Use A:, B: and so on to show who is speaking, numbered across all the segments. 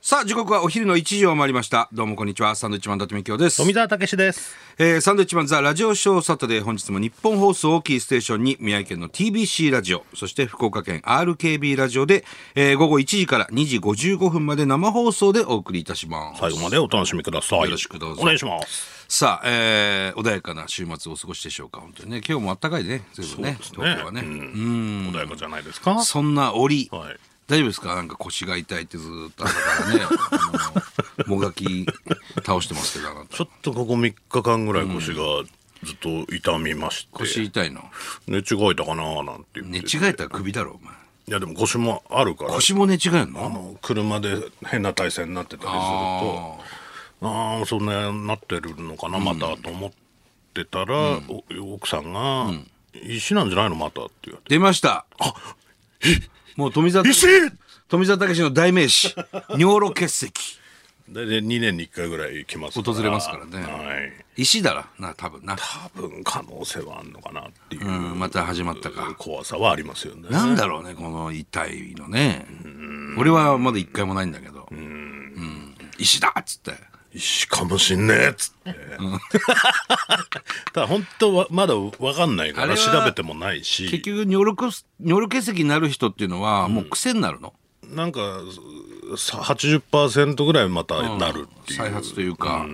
A: さあ、時刻はお昼の1時を回りました。どうもこんにちは。サンドウィッチマン伊達美京です。
B: 富澤たけしです。
A: えーサンドウィッチマンザラジオショーサタデー本日も日本放送をキーステーションに宮城県の TBC ラジオそして福岡県 RKB ラジオで、えー午後1時から2時55分まで生放送でお送りいたします
B: 最後までお楽しみください。
A: よろしくどうぞ
B: お願いします。
A: さあ、えー穏やかな週末をお過ごしでしょうか本当にね今日も暖かいね随分ね東京はね、
B: うん。穏やかじゃないですか。
A: そんな折、
B: はい。
A: 大丈夫ですかなんか腰が痛いってずーっと朝からねあのもがき倒してますけどあなた
B: ちょっとここ3日間ぐらい腰がずっと痛みまして、
A: 腰痛いの
B: 寝違えたかななんて言って
A: 寝違。えたら首だろお前
B: いやでも腰もあるから、
A: 腰も寝違えんの
B: あの車で変な体勢になってたりすると、ああー、そんななってるのかな、またと思ってたら、お奥さんが、石なんじゃないのまたって言われて。
A: 出ました。もう富澤、
B: 石
A: 富澤たけしの代名詞、尿路結石。
B: でで2年に1回ぐらい来ますから
A: 訪れますからね
B: はい
A: 石だらな、多分な。、
B: 多分可能性はあるのかなっていううん
A: また始まったか。
B: 怖さはありますよね。
A: なんだろうね、この痛いのね。俺はまだ一回もないんだけど。うん石だっつって。
B: 石かもしんねえっつって。ただ本当はまだわかんないか
A: あれ
B: ら
A: は
B: 調べてもない
A: 結
B: し、
A: 局、尿路結、尿路結石になる人っていうのは、もう癖になるの。
B: なんかさ80%ぐらいまたなるっていう。
A: 再発というか。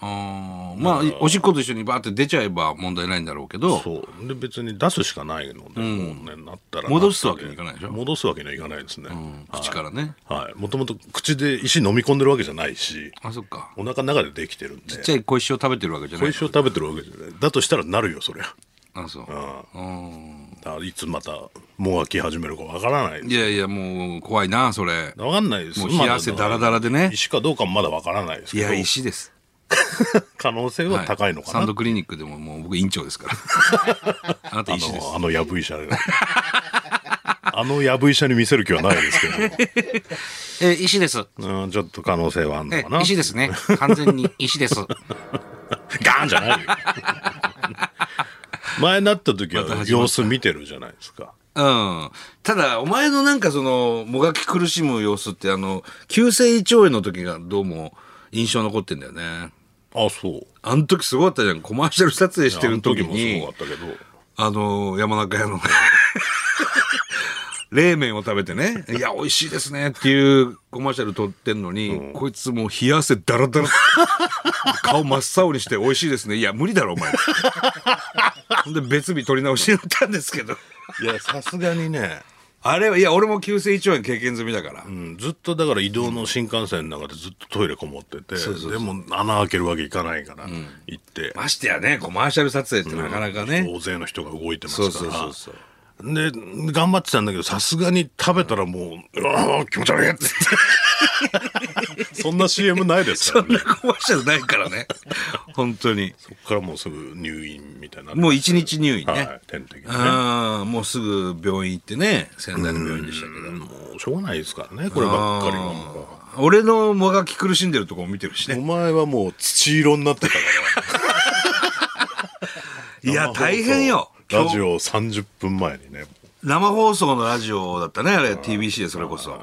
A: あーまあ、おしっこと一緒にバーって出ちゃえば問題ないんだろうけど、
B: そうで別に出すしかないので、もうねなったらなったで
A: 戻すわけにいかないでしょ
B: 戻すわけにはいかないですね、
A: 口からね。
B: はいもともと口で石飲み込んでるわけじゃないし
A: あ、そっか。
B: お腹の中でできてるんで
A: ちっちゃい小石を食べてるわけじゃな
B: 小
A: い。
B: 石を食べてるわけじゃないだとしたらなるよそりゃ
A: あ、そう。うん
B: だからいつまたもがき始めるかわからない
A: いやいや、もう怖いな、それ。
B: わかんないです
A: もう冷や汗だらだらでね
B: 石かどうかもまだわからないです
A: い
B: けど
A: や、石です。
B: 可能性は高いのか
A: サン
B: な、
A: ドクリニックでももう僕院長ですから。 あなた石です。
B: あのあのやぶ医者が あのやぶ医者に見せる気はないですけ
A: えー、石です。
B: ど、うん、ちょっと可能性はある
A: え
B: のかな
A: 石ですね。完全に石 です。
B: ガーンじゃないよ 前なった時
A: また
B: は
A: 始まった
B: 様子見てるじゃないですか
A: うん。ただ、お前のなんかその、もがき苦しむ様子って、あの、急性胃腸炎の時がどうも印象残ってんだよね。
B: あそう
A: あの時すごかったじゃん。コマーシャル撮影して
B: あ
A: る
B: の時
A: 時
B: もす
A: に
B: ご、かったけど
A: あの山中屋の 冷麺を食べてね、いや、美味しいですねっていうコマーシャル撮ってんのに、こいつもう冷や汗だらだら、 顔真っ青にして美味しいですね。いや、無理だろ、お前。 ほんで、別日撮り直しになったんですけど。
B: いやさすがにね
A: あれは、いや、俺も急性胃腸炎経験済みだから。
B: うんずっとだから移動の新幹線の中でずっとトイレこもってて、でも穴開けるわけいかないから、行って、
A: ましてやね、コマーシャル撮影ってなかなかね。
B: 大勢の人が動いてますから
A: そうそうそう
B: で頑張ってたんだけどさすがに食べたらもう「うわー気持ち悪い」っつってそんな CM ないですから
A: そん
B: ね
A: なコマーシャルないからね。本当に。
B: そこからもうすぐ入院みたいな
A: もう一日入院ね。
B: はい点滴ね
A: ああ、もうすぐ病院行ってね、仙台の病院でしたけど。
B: もうしょうがないですからねこればっかりはも
A: 俺のもがき苦しんでるとこも見てるし
B: うお
A: ね。
B: 前はもう土色になってたか ら
A: いや、大変よ。
B: ラ
A: 今
B: ジ
A: 日
B: オ30分前にね
A: 生放送のラジオだったね、あれ、TBC でそれこそ。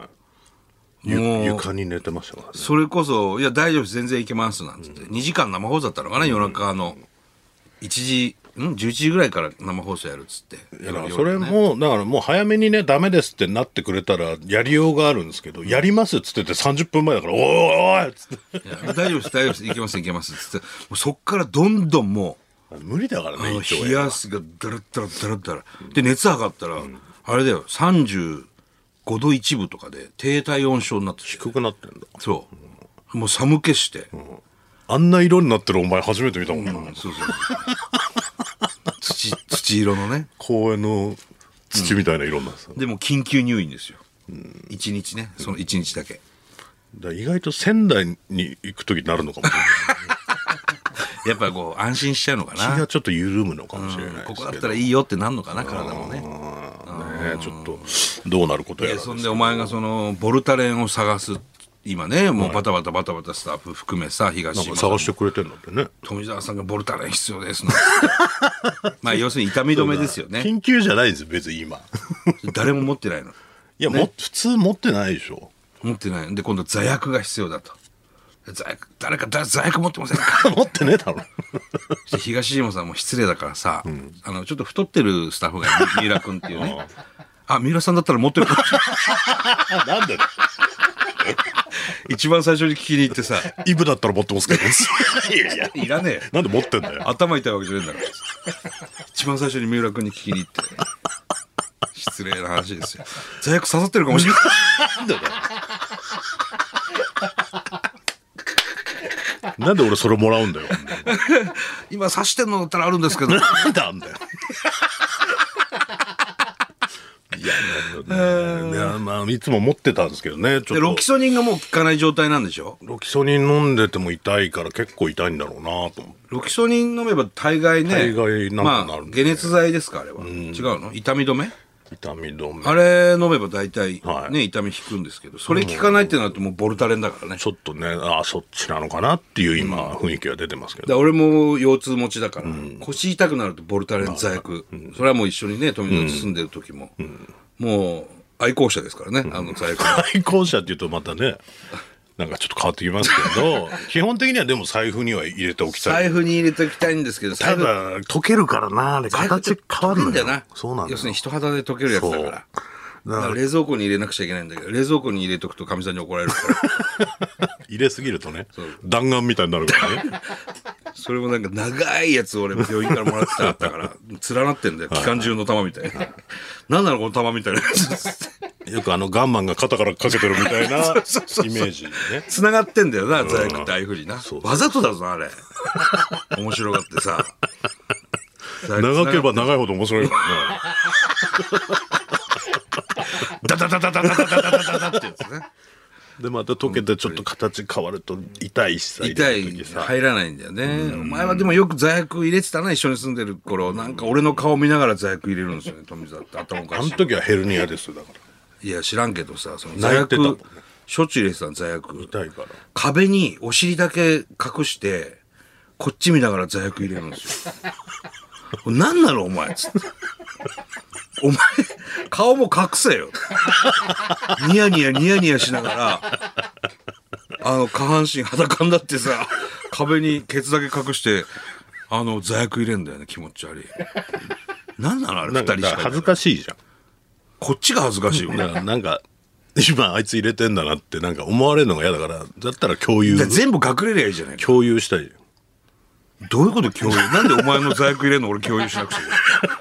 B: ゆ
A: もう、
B: 床に寝てましたからね
A: それこそ、いや、大丈夫です、全然行けます、なんつって。2時間生放送だったのかな、夜中の。1時、ん ?11 時ぐらいから生放送やるっつって。
B: いやだから
A: 夜
B: そ
A: ね
B: れも、だからもう早めにね、ダメですってなってくれたら、やりようがあるんですけど、やりますっつってて30分前だから、おいおいおいっつって。
A: いや大丈夫です、大丈夫です、行けます、行けます、つって。もうそっからどんどんもう、
B: 無理だから
A: あ
B: ね、
A: の
B: 一応
A: 冷や汗がだらだらだらだらで熱測ったら、あれだよ35度1分とかで低体温症になってし
B: 低くなってんだ。
A: そうもう寒気して、
B: あんな色になってるお前初めて見たもんな。
A: そうそう土土色のね
B: 公園の土みたいな色になってた。
A: でも緊急入院ですよ、一日ねその一日だけ
B: だから意外と仙台に行く時になるのかもしれない。
A: やっぱりこう安心しちゃうのか
B: 気
A: な
B: がちょっと緩むのかもしれないですけど。
A: ここだったらいいよってなんのかな体もね
B: ね、ちょっと、どうなることやら
A: でそんでお前がそのボルタレンを探す今ねもうバタバタバタバタスタッフ含めさ東
B: なん
A: 島
B: か
A: さん
B: 探してくれてんだってね。
A: 富澤さんがボルタレン必要ですなんて まあ要するに痛み止めですよね
B: 緊急じゃないんですよ、別に今。
A: 誰も持ってないの
B: いや、も、普通持ってないでしょ。
A: 持ってないで今度座薬が必要だと座薬誰かだ座薬持ってませんか
B: 持ってねえだろ
A: で東島さんも失礼だからさ、あのちょっと太ってるスタッフがみ三浦君っていう ねあ三浦さんだったら持ってるかもしれない
B: なんでだよ
A: 一番最初に聞きに行ってさ
B: イブだったら持ってますけど いやいや
A: いらねえ
B: なんで持ってんだよ
A: 頭痛いわけじゃないんだから一番最初に三浦君に聞きに行って失礼な話ですよ座薬刺さってるかもしれない
B: なんでだよなんで俺それもらうんだよ
A: 今刺してんのだったらあるんですけど
B: なんであんだよいやなんだよねいやまあいつも持ってたんですけどねちょ
A: で
B: っ
A: ロ
B: と
A: キソニンがもう効かない状態なんでしょ
B: ロキソニン飲んでても痛いから結構痛いんだろうなと思って
A: ロキソニン飲めば大概ね
B: 大概なんかなる
A: ま
B: んだよ
A: あ解熱剤ですかあれは、違うの痛み止め
B: 痛み止め
A: あれ飲めば大体ね、
B: はい
A: 痛み引くんですけどそれ効かないってなるともうボルタレンだからね
B: ちょっとねあそっちなのかなっていう今、雰囲気が出てますけ
A: だ
B: ど
A: 俺も腰痛持ちだから、腰痛くなるとボルタレン座薬、それはもう一緒にね富野と住んでる時も、もう愛好者ですからね、あの座薬は
B: 対向車っていうとまたねなんかちょっと変わってきますけど基本的にはでも財布には入れておきたい
A: 財布に入れておきたいんです けど財
B: た
A: 布
B: だ溶けるからなあれ
A: 財布って
B: 形変わる
A: 溶けん
B: の
A: だよ
B: よ
A: な
B: そうなん
A: 要
B: だよ
A: するに人肌で溶けるやつだから
B: そう
A: だから冷蔵庫に入れなくちゃいけないんだけど冷蔵庫に入れとくとかみさんに怒られるから
B: 入れすぎるとね弾丸みたいになるからね
A: それもなんか長いやつを俺病院からもらってたから、連なってんだよ。機関銃の弾みたいな。なんなのこの弾みたいな やつ。
B: よくあのガンマンが肩からかけてるみたいなイメージね
A: 繋がってんだよな、ザヤクってああいうふうにな。わざとだぞ、あれ。面白がってさ。座薬
B: 長ければ長いほど面白いからね
A: ダダダダダダダダダダダってやつね。
B: でまた溶けてちょっと形変わると痛いしさ
A: 痛
B: 入れ
A: い
B: る時、さ
A: 入らないんだよね。お前はでもよく座薬入れてたな、一緒に住んでる頃。なんか俺の顔見ながら座薬入れるんですよね、富澤って頭おか
B: あ
A: し
B: の
A: い。
B: 時はヘルニアですよだから
A: いや、知らんけどさ、その座
B: 泣いてたもん
A: 薬
B: ね、
A: しょっちゅう入れてたの、座薬。
B: 痛いから
A: 壁にお尻だけ隠してこっち見ながら座薬入れるんですよ 何なのお前つってお前顔も隠せよニヤニヤニヤニヤしながらあの下半身裸になってさ壁にケツだけ隠してあの座薬入れんだよね気持ち悪い何なのあれ
B: な
A: 2人
B: んか
A: しかいない
B: 恥ずかしいじゃん
A: こっちが恥ずかしいよ
B: だからなんか今あいつ入れてんだなってなんか思われるのが嫌だからだったら共有
A: で全部隠れりゃいいじゃない
B: 共有したいよ
A: どういうこと共有なんでお前の座薬入れんの 俺共有しなくちゃいけ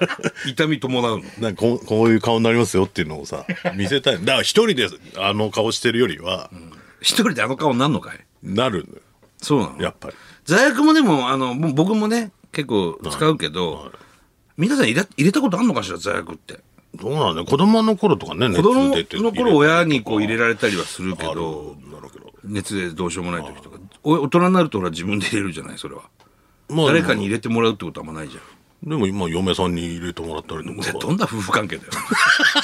A: ない痛み伴うの
B: なんかこうこういう顔になりますよっていうのをさ見せたいだから一人であの顔してるよりは、
A: 一人であの顔になんのかい
B: なるんだよ
A: そうなの
B: やっぱり
A: 座薬もでもあのもう僕もね結構使うけど、皆さん入れ入れたことあんのかしら座薬って
B: どうなんだよ子供の頃とかね
A: 子
B: 熱
A: 供
B: 出て
A: の頃
B: 入れ
A: 親にこう入れられたりはするけ
B: てる
A: ど
B: んだろうけど
A: 熱でどうしようもない時とかお大人になるとほら自分で入れるじゃないそれは
B: まあ
A: 誰かに入れてもらうってことはあんまないじゃん
B: でも今嫁さんに入れてもらったりと
A: じゃあ
B: か
A: どんな夫婦関係だよ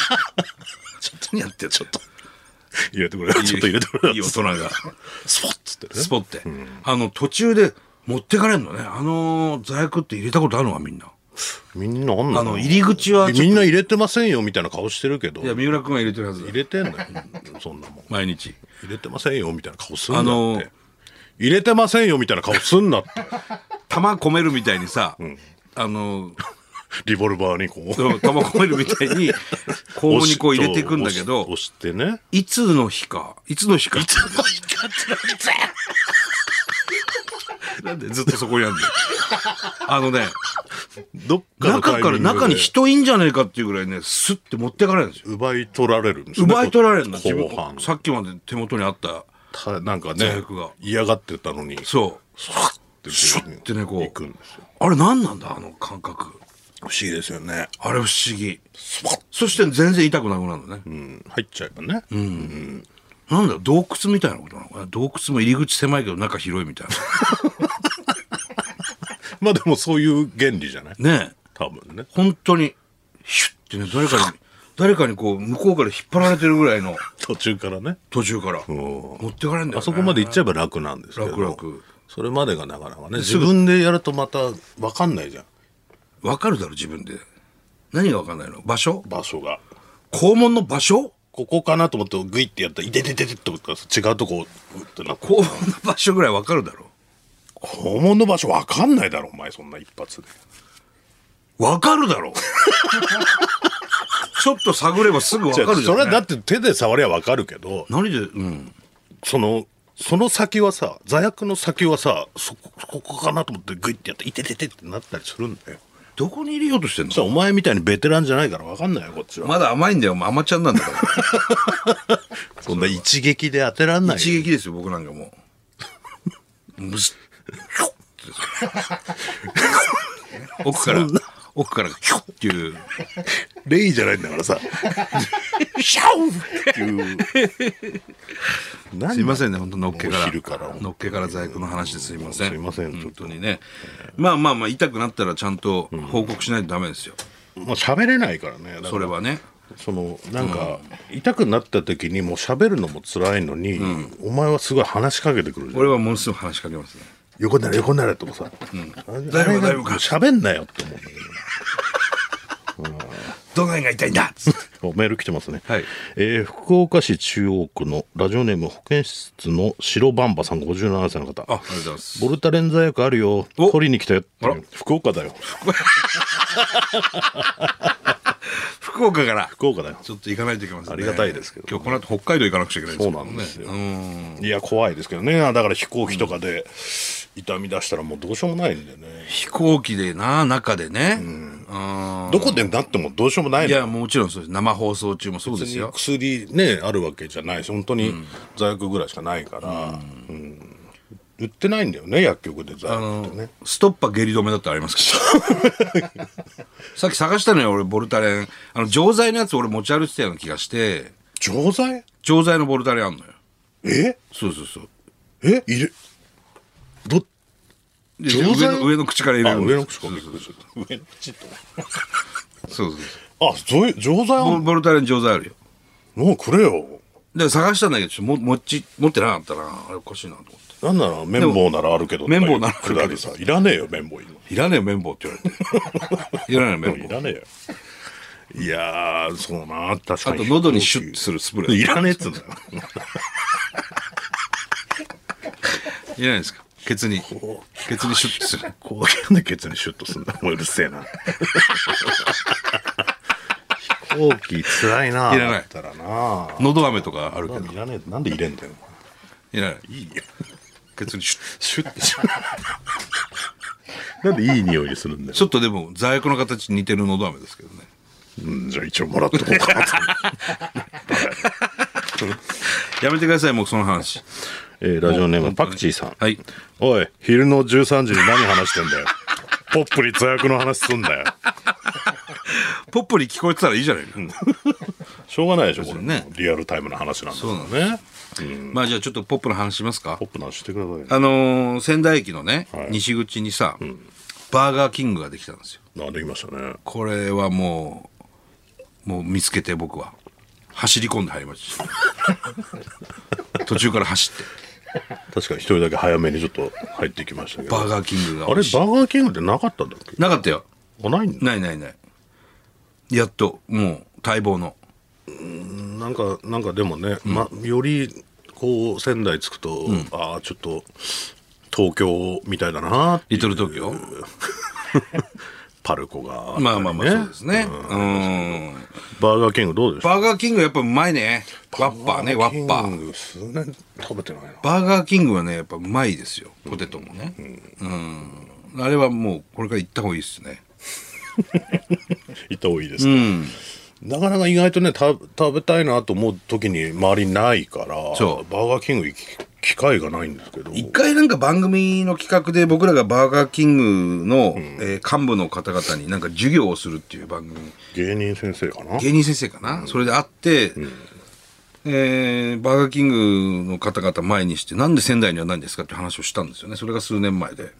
A: ちょっとやってちょっと
B: 入れてくれちょっと入れてくれ
A: いい大人が
B: スポッつってね
A: スポって、あの途中で持ってかれんのねあの座薬って入れたことあるのかみんな
B: みんなあんの
A: あの入り口はちょっと
B: みんな入れてませんよみたいな顔してるけど
A: いや
B: 入
A: 三浦君は入れてるはずだ
B: れてんのよ そんなもん
A: 毎日
B: 入れてませんよみたいな顔すんなって、
A: あのー
B: 入れてませんよみたいな顔すんなって
A: 玉込めるみたいにさ、あの
B: リボルバーにこう
A: そう玉込めるみたいに肛門にこう入れていくんだけど
B: 押し押し押してね
A: いつの日かいつの日か なんでずっとそこにあるんだよあのね
B: どっかのタ
A: 中
B: イ
A: か
B: ミ
A: ら
B: ングで
A: 中に人いんじゃねえかっていうぐらいねスッて持ってかれるんですよ
B: 奪い取られるんですね
A: 奪い取られるの自分
B: 後半
A: さっきまで手元にあった
B: たなんか
A: 罪
B: ね
A: 悪が
B: 嫌がってたのに
A: そう
B: シュッて
A: シュッてねこう
B: 行くんですよ
A: あれ何なんだあの感覚
B: 不思議ですよね
A: あれ不思議そして全然痛くなくなるのね、
B: うん入っちゃえばね、
A: なんだろう洞窟みたいなことなのかな洞窟も入り口狭いけど中広いみたい
B: まあでもそういう原理じゃない
A: なねえ
B: 多分ね
A: 本当にシュッてね誰かに誰かにこう向こうから引っ張られてるぐらいの
B: 途中からね
A: 途中から持ってかれんだよ、ね、
B: あそこまで行っちゃえば楽なんですけど
A: 楽々
B: それまでがなかなかね自分でやるとまた分かんないじゃん
A: わかるだろ自分で何がわかんないの場所
B: 場所が
A: 肛門の場所
B: ここかなと思ってグイってやったらいててててって思ったら違うとこグッてなって
A: この場所ぐらいわかるだろ
B: 肛門の場所わかんないだろお前そんな一発で
A: わかるだ ろちょっと探ればすぐわかるじゃ
B: そ
A: ん、
B: れは
A: ね、
B: だって手で触りゃわかるけど
A: 何でうん
B: そのその先はさ座薬の先はさそこそこかなと思ってグイってやったらいてててってなったりするんだよ
A: どこに入れようとしてんの
B: そしたらお前みたいにベテランじゃないからわかんないよこっちは、
A: まだ甘いんだよアマちゃんなん だから
B: そんな一撃で当てらんないよ
A: 一撃ですよ僕なんかもうむす 奥から奥からヒュッっていう
B: レイじゃないんだからさ。シャウっていう。
A: す
B: 何
A: いませんね、本当のっけか
B: お
A: ら。
B: 昼から
A: のっけから在庫の話ですいません。
B: すいません
A: 本当にね。まあまあまあ、痛くなったらちゃんと報告しないとダメですよ。
B: もう喋れないからね。だから
A: それはね。
B: その、なんか、痛くなった時にもう喋るのも辛いのに、お前はすごい話しかけてくるじゃん。
A: 俺はものすごく話しかけますね。
B: 横になれ、横になれとかさ。
A: だいぶだいぶ
B: 喋んなよって思うんだけ
A: どないが痛いんだっつって
B: ど。おメール来てますね、
A: はい
B: えー福岡市中央区のラジオネーム保健室の白バンバさん57歳の方
A: あ、ありがとうございます。
B: ボルタレン座薬あるよ
A: お
B: 取りに来たよって
A: あら
B: 福岡だよ
A: 福岡から、
B: 福岡だよ
A: ちょっと行かないといけませんね。
B: ありがたいですけど
A: 今日この後北海道行かなくちゃいけない
B: そう
A: か
B: な
A: らね
B: んですよ、いや怖いですけどねだから飛行機とかで痛み出したらもうどうしようもないんでね、
A: 飛行機でな、中でね。うん
B: どこでなってもどうしようもない
A: い
B: の
A: や、もちろんそうです。生放送中もそうですよ。
B: 薬ねあるわけじゃないし本当に座薬ぐらいしかないから、うん売ってないんだよね薬局で座
A: あ
B: 薬って
A: の
B: ね、
A: ストッパ下痢止めだってありますけど。さっき探したのよ、俺、ボルタレン。あの、錠剤のやつ俺持ち歩いてたような気がして、
B: 錠剤
A: 錠剤のボルタレンあんのよ。
B: え
A: そうそうそう。
B: えいるど
A: で
B: 錠剤
A: 上の上の口から入れ
B: あ
A: るんです
B: 上の口かびっくりする上の口と
A: そうそう
B: あそういう錠剤あ
A: そ
B: ん
A: う。ボボルタレン錠剤あるよ。
B: のもうくれよ
A: で、探したんだけど、ちょっとも持ち、持ってなかったな。あれおかしいなと思って。
B: なんなら綿棒ならあるけど
A: 綿棒ならあるけど
B: くだりさいらねえよ綿棒今
A: いらねえよ、綿棒って言われ て。いらねえよ、
B: い
A: 綿棒。
B: らねえよ。いやー、そうな、確か
A: あ
B: に。
A: と、喉にシュッするスプレー。
B: いらねえっつうんだよ。
A: いらないですかケツに。ケツにシュッてする。
B: こうなんでケツにシュッとすんだ。もううるせえな。飛行機つらいな。
A: いらない
B: だったらな。
A: 喉飴とかあるけ
B: な
A: ど
B: ん。でいらねえ、なんで入れんだよ。
A: いらない。
B: いいよ。
A: ケツにシュッ。
B: シュッてしなんでいい匂いにするんだよ
A: ち。ょっとでも、座薬の形に似てるのど飴ですけどね。
B: うんじゃあ一応もらっとこうかなと。
A: やめてください、もうその話。
B: えーラジオネームパクチーさん。
A: はい。
B: おい、昼の13時に何話してんだよ。ポップに座薬の話すんだよ。
A: ポップに聞こえてたらいいじゃないか。
B: しょうがないでしょ、これ
A: にね
B: ね。リアルタイムの話なんだから
A: そう
B: ね。
A: まあじゃあちょっとポップの話しますか
B: ポ。ップな話してくださいよ。
A: あのー仙台駅のね、
B: はい
A: 西口にさ、バーガーキングができたんですよ。
B: あできましたね。
A: これはもう、もう見つけて僕は。走り込んで入りました。途中から走って、
B: 確かに一人だけ早めにちょっと入ってきましたけど。
A: バー
B: あ
A: ガーキングが
B: れ、バ
A: 美味しい。
B: ーガーキングってなかったんだっけ
A: なかったよ。
B: あ、ないんだ。
A: ないないない。やっと、もう、待望の。
B: なんか、なんかでもね、ま、より、こう、仙台着くと、ああ、ちょっと、東京みたいだなってい
A: リ
B: う
A: トル東京
B: パルコが。
A: まあまあまあ、そうですね。うん。
B: バーガーキングどうでしょう
A: バーガーキングやっぱうまいね。ワッパーね、ワッパ
B: バーガー
A: ー。
B: キング数年食べてないな。
A: バーガーキングはね、やっぱうまいですよ。ポテトもね。うん。あれはもう、これから行った方がいいですね。
B: 行った方がいいですか、なかなか意外とねた食べたいなと思う時に周りないから
A: そう
B: バーガーキング行く機会がないんですけど
A: 一回なんか番組の企画で僕らがバーガーキングの、えー幹部の方々になんか授業をするっていう番組。
B: 芸人先生かな
A: 芸人先生かな、それで会って、えーバーガーキングの方々前にして、なんで仙台にはないんですかって話をしたんですよね。それが数年前で。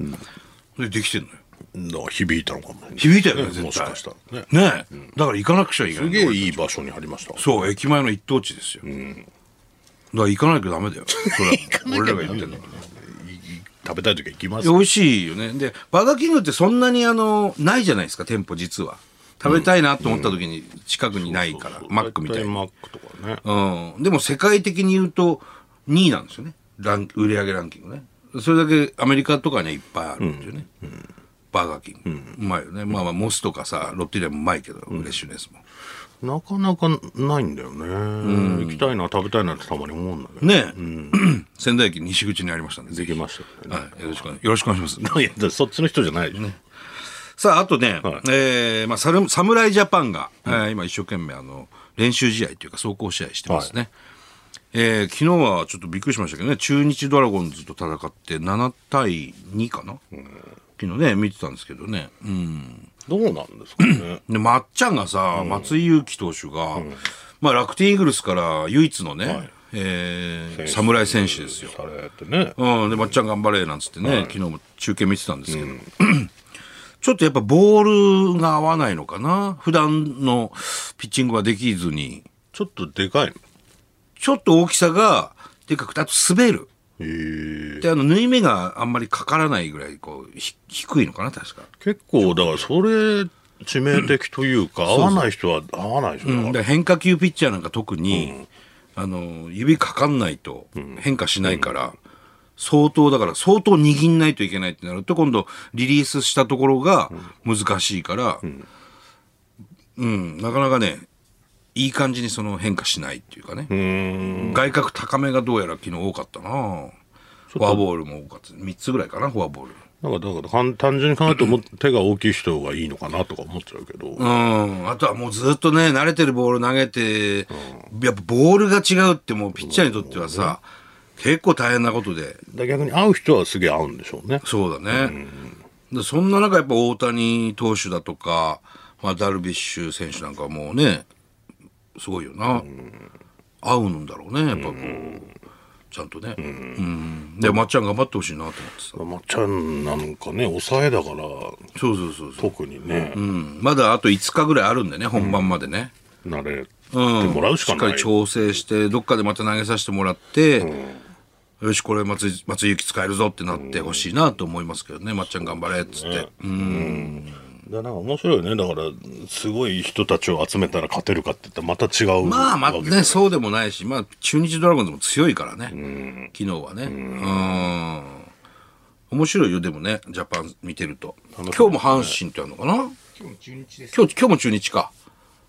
A: それでできてんのよ。
B: な響いたのかも
A: 響いたよね、絶対。
B: もしかしたらね
A: ねえ、だから行かなくちゃいけな
B: す
A: い。
B: げえいい場所にありました
A: そう、駅前の一等地ですよ。だから行かないとダメだよ。それ は俺らが言ってんだから。
B: いい食べたい時は行きま
A: い
B: す
A: や美味しいよね。で、バーガーキングってそんなにあの、ないじゃないですか、店舗実は。食べたいなと思った時に近くにないから、マックみたい
B: 大体
A: な。
B: マックとかね
A: うん。でも世界的に言うと2位なんですよね。ラン売上ランキングね。それだけアメリカとかにはいっぱいあるんですよね。バーガーキング、うまいよね。まあまあ、モスとかさ、ロッテリアもうまいけど、フレッシュネスも。
B: なかなかないんだよね、行きたいな食べたいなってたまに思うんだけど
A: ねえ、 仙台駅西口にありましたんで、ぜ
B: で
A: ひ。
B: きましたよね、
A: はい、よろしくお願いよろしくお願いします。
B: い、やだそっちの人じゃないでしょ、
A: さあ、あとね、
B: はい
A: えーまあ、サル侍ジャパンが、えー今一生懸命あの、練習試合というか走行試合してますね。えー昨日はちょっとびっくりしましたけどね、中日ドラゴンズと戦って7対2かな、昨日ね、見てたんですけどね。うん。
B: どうなんですかね
A: で、まっちゃんがさ、松井裕樹投手が、まあ、楽天イーグルスから唯一のね、えー侍選手ですよ。
B: されてね
A: うん、で、まっちゃん頑張れ、なんつってね、昨日も中継見てたんですけど、 ちょっとやっぱボールが合わないのかな普段のピッチングはできずに、
B: ちょっとでかいの
A: ちょっと大きさがでかくて、あと滑る。
B: へー
A: で、あの、縫い目があんまりかからないぐらい、こう、ひ低いのかな確か。
B: 結構だからそれ致命的というか、合わない人は合わないでしょ、
A: うん、だから変化球ピッチャーなんか特に、あの指かかんないと変化しないから、相当だから相当握んないといけないってなると今度リリースしたところが難しいから、うんなかなかねいい感じにその変化しないっていうかね、
B: うーん
A: 外角高めがどうやら昨日多かったなフォアボールも多かった3つぐらいかなフォアボール
B: なんかだから単単純に考えるとも手が大きい人がいいのかなとか思っちゃうけど、
A: うん、あとはもうずっとね、慣れてるボール投げて、やっぱボールが違うって、もうピッチャーにとってはさ、結構大変なことで、
B: だ逆に合う人はすげえ合うんでしょうね。
A: そうだね。でそんな中、やっぱ大谷投手だとか、まあ、ダルビッシュ選手なんかはもうね、すごいよな、合うんだろうね、やっぱこう、ちゃんとね。うん、で、まっちゃん頑張ってほしいなと思ってさ。
B: まっちゃんなんかね抑えだから
A: そうそうそうそう。
B: 特にね、
A: うん、まだあと5日ぐらいあるんでね、本番までね。
B: 慣れて
A: うん
B: もらうしか
A: っ
B: ない
A: かり、調整してどっかでまた投げさせてもらって、よしこれ松井松井裕樹使えるぞってなってほしいなと思いますけどね、まっちゃん頑張れっつって、
B: でなんか面白いよねだからすごい人たちを集めたら勝てるかって言ったらまた違う
A: まあまあ
B: わけ
A: ねそうでもないし、まあ、中日ドラゴンズも強いからね、昨日はねうん面白いよでもねジャパン見てると今日も阪神ってやるのかな、
C: 今日中日です
A: 今日今日も中日か、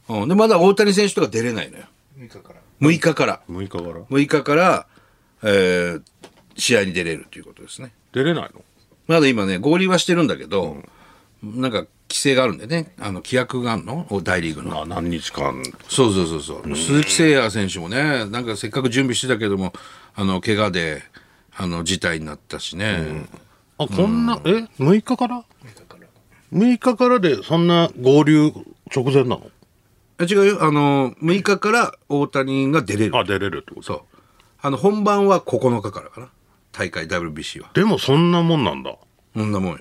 A: うん、でまだ大谷選手とか出れないのよ
C: 6日から
A: 6日から
B: 6日から
A: 6日から、えー試合に出れるということですね
B: 出れないの
A: まだ今ね、合流はしてるんだけど、なんか規制があるんでね、あの規約があるの、大リーグの。
B: あ何日間
A: そうそうそうそう、鈴木誠也選手もね、なんかせっかく準備してたけども、あの怪我であの辞退になったしね、
B: あこんな、え6日から
C: 6日から
B: 6日からでそんな合流直前なの
A: え違うよ、あの6日から大谷が出れる、
B: あ出れるってこと
A: そうあの本番は9日からかな、大会 WBC は。
B: でもそんなもんなんだ
A: そんなもんよ、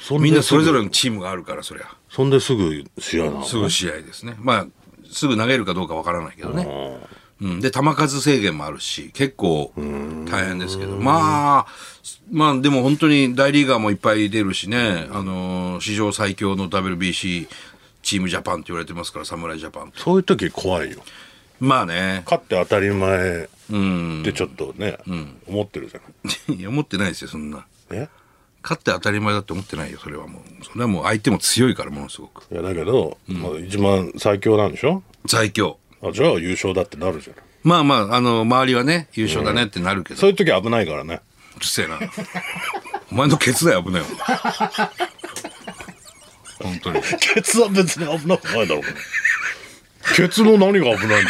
B: そ
A: みんなそれぞ
B: れ
A: れのチームがあるから、そりゃ、
B: そんですぐ試合なの
A: すぐ試合ですね、まあ、すぐ投げるかどうかわからないけどね。
B: ああ
A: うん、で球数制限もあるし結構大変ですけどまあまあでも本当に大リーガーもいっぱい出るしね、あのー史上最強の WBC チームジャパンって言われてますから侍ジャパン
B: そういう時怖いよ
A: まあね
B: 勝って当たり前ってちょっとね、思ってるじゃない
A: いや思ってないですよそんな
B: え
A: 勝って当たり前だって思ってないよそれはもうそれはもう相手も強いからものすごく
B: いやだけど、まあ、一番最強なんでしょ
A: 最強
B: あじゃあ優勝だってなるじゃない
A: まあまああの周りはね優勝だねってなるけど、
B: そういう時危ないからね
A: うるせえなお前のケツだよ危ないわ本当に
B: ケツは別に危なくないだろうケツの何が危ないんだよ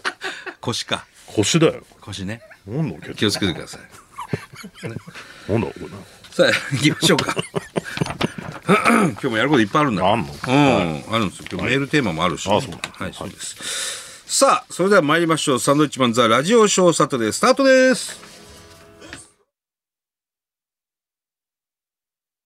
A: 腰か
B: 腰だよ
A: 腰ね
B: なんだケツ
A: 気をつけてください
B: なんだこれ
A: さあ行きましょう か今日もやることいっぱいあるんだ
B: あんの
A: うんあるんですよ今日メールテーマもあるし、
B: あそう
A: はいそうです、さあそれでは参りましょうサンドウィッチマンザラジオショーサタデースタートです